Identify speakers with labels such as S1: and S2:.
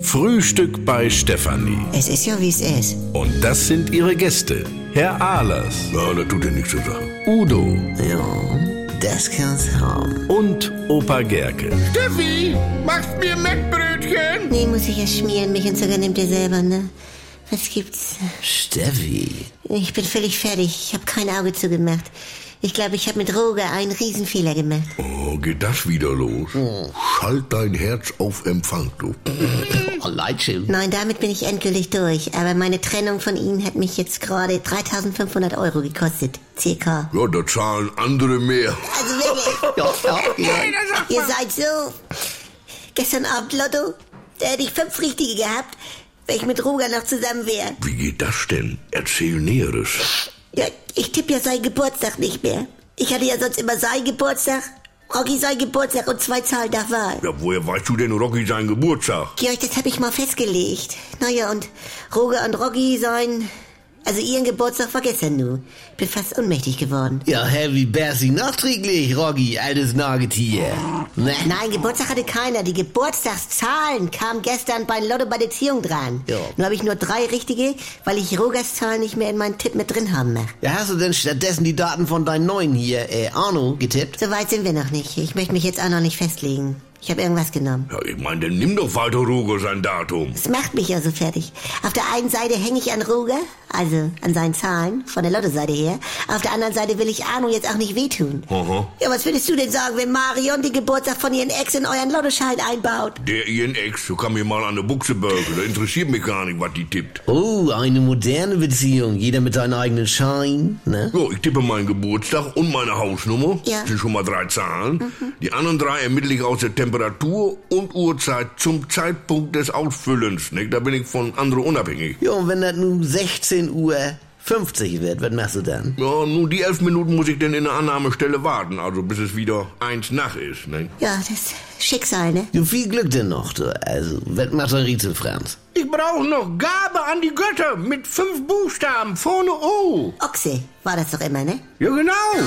S1: Frühstück bei Stefanie.
S2: Es ist ja, wie es ist.
S1: Und das sind ihre Gäste. Herr Ahlers,
S3: Ja, das tut dir nichts zu sagen.
S1: Udo
S2: Ja, das kann's haben.
S1: und Opa Gerke.
S4: Steffi, machst mir Mettbrötchen?
S2: Nee, muss ich ja schmieren. Milch und Zucker nehmt ihr selber, ne? Was gibt's?
S5: Steffi.
S2: Ich bin völlig fertig. Ich habe kein Auge zugemacht. Ich glaube, ich habe mit Roger einen Riesenfehler gemacht.
S3: Oh, geht das wieder los? Schalt dein Herz auf Empfang, du.
S5: Allein schon.
S2: Nein, damit bin ich endgültig durch. Aber meine Trennung von Ihnen hat mich jetzt gerade 3500 Euro gekostet. CK.
S3: Ja, da zahlen andere mehr.
S2: Also wirklich,
S5: Ja, ja, ja.
S2: ihr seid so... Gestern Abend Lotto, da hätte ich fünf Richtige gehabt, wenn ich mit Roger noch zusammen wäre.
S3: Wie geht das denn? Erzähl Näheres.
S2: Ja, ich tippe ja seinen Geburtstag nicht mehr. Ich hatte ja sonst immer seinen Geburtstag, Rocky seinen Geburtstag und zwei Zahlen nach Wahl.
S3: Ja, woher weißt du denn Rocky seinen Geburtstag?
S2: Georg, das habe ich mal festgelegt. Naja, und Roger und Rocky sein... Also ihren Geburtstag war gestern nur. Bin fast ohnmächtig geworden.
S5: Ja, Heavy Bessie, nachträglich, Roggi, altes Nagetier. Ne?
S2: Nein, Geburtstag hatte keiner. Die Geburtstagszahlen kamen gestern bei Lotto bei der Ziehung dran.
S5: Ja.
S2: Nun habe ich nur drei richtige, weil ich Rogers Zahlen nicht mehr in meinen Tipp mit drin haben mag.
S5: Ja, hast du denn stattdessen die Daten von deinen neuen hier, äh, Arno, getippt?
S2: So weit sind wir noch nicht. Ich möchte mich jetzt auch noch nicht festlegen. Ich habe irgendwas genommen.
S3: Ja, ich meine, dann nimm doch weiter Rogo sein Datum.
S2: Das macht mich ja so fertig. Auf der einen Seite hänge ich an Ruger, also an seinen Zahlen, von der Lotto-Seite her. Auf der anderen Seite will ich Arno jetzt auch nicht wehtun.
S3: Aha.
S2: Ja, was würdest du denn sagen, wenn Marion den Geburtstag von ihren Ex in euren Lottoschein einbaut?
S3: Der Ian Ex, du kann mir mal an der Buchse bürgen. Da interessiert mich gar nicht, was die tippt.
S5: Oh, eine moderne Beziehung, jeder mit seinem eigenen Schein, ne?
S3: So, ich tippe meinen Geburtstag und meine Hausnummer.
S2: Ja.
S3: Das sind schon mal drei Zahlen. Die anderen drei ermittle ich aus der Temperatur und Uhrzeit zum Zeitpunkt des Ausfüllens. Nicht? Da bin ich von anderen unabhängig.
S5: Ja, und wenn das nun 16 Uhr 50 wird, was machst du dann?
S3: Ja, nun, die elf Minuten muss ich denn in der Annahmestelle warten, also bis es wieder eins nach ist. Ne?
S2: Ja, das Schicksal, ne?
S5: Du, viel Glück denn noch, du. Also, was macht der Rieze Franz?
S4: Ich brauche noch Gabe an die Götter mit fünf Buchstaben vorne O.
S2: Ochse war das doch immer, ne?
S4: Ja, genau.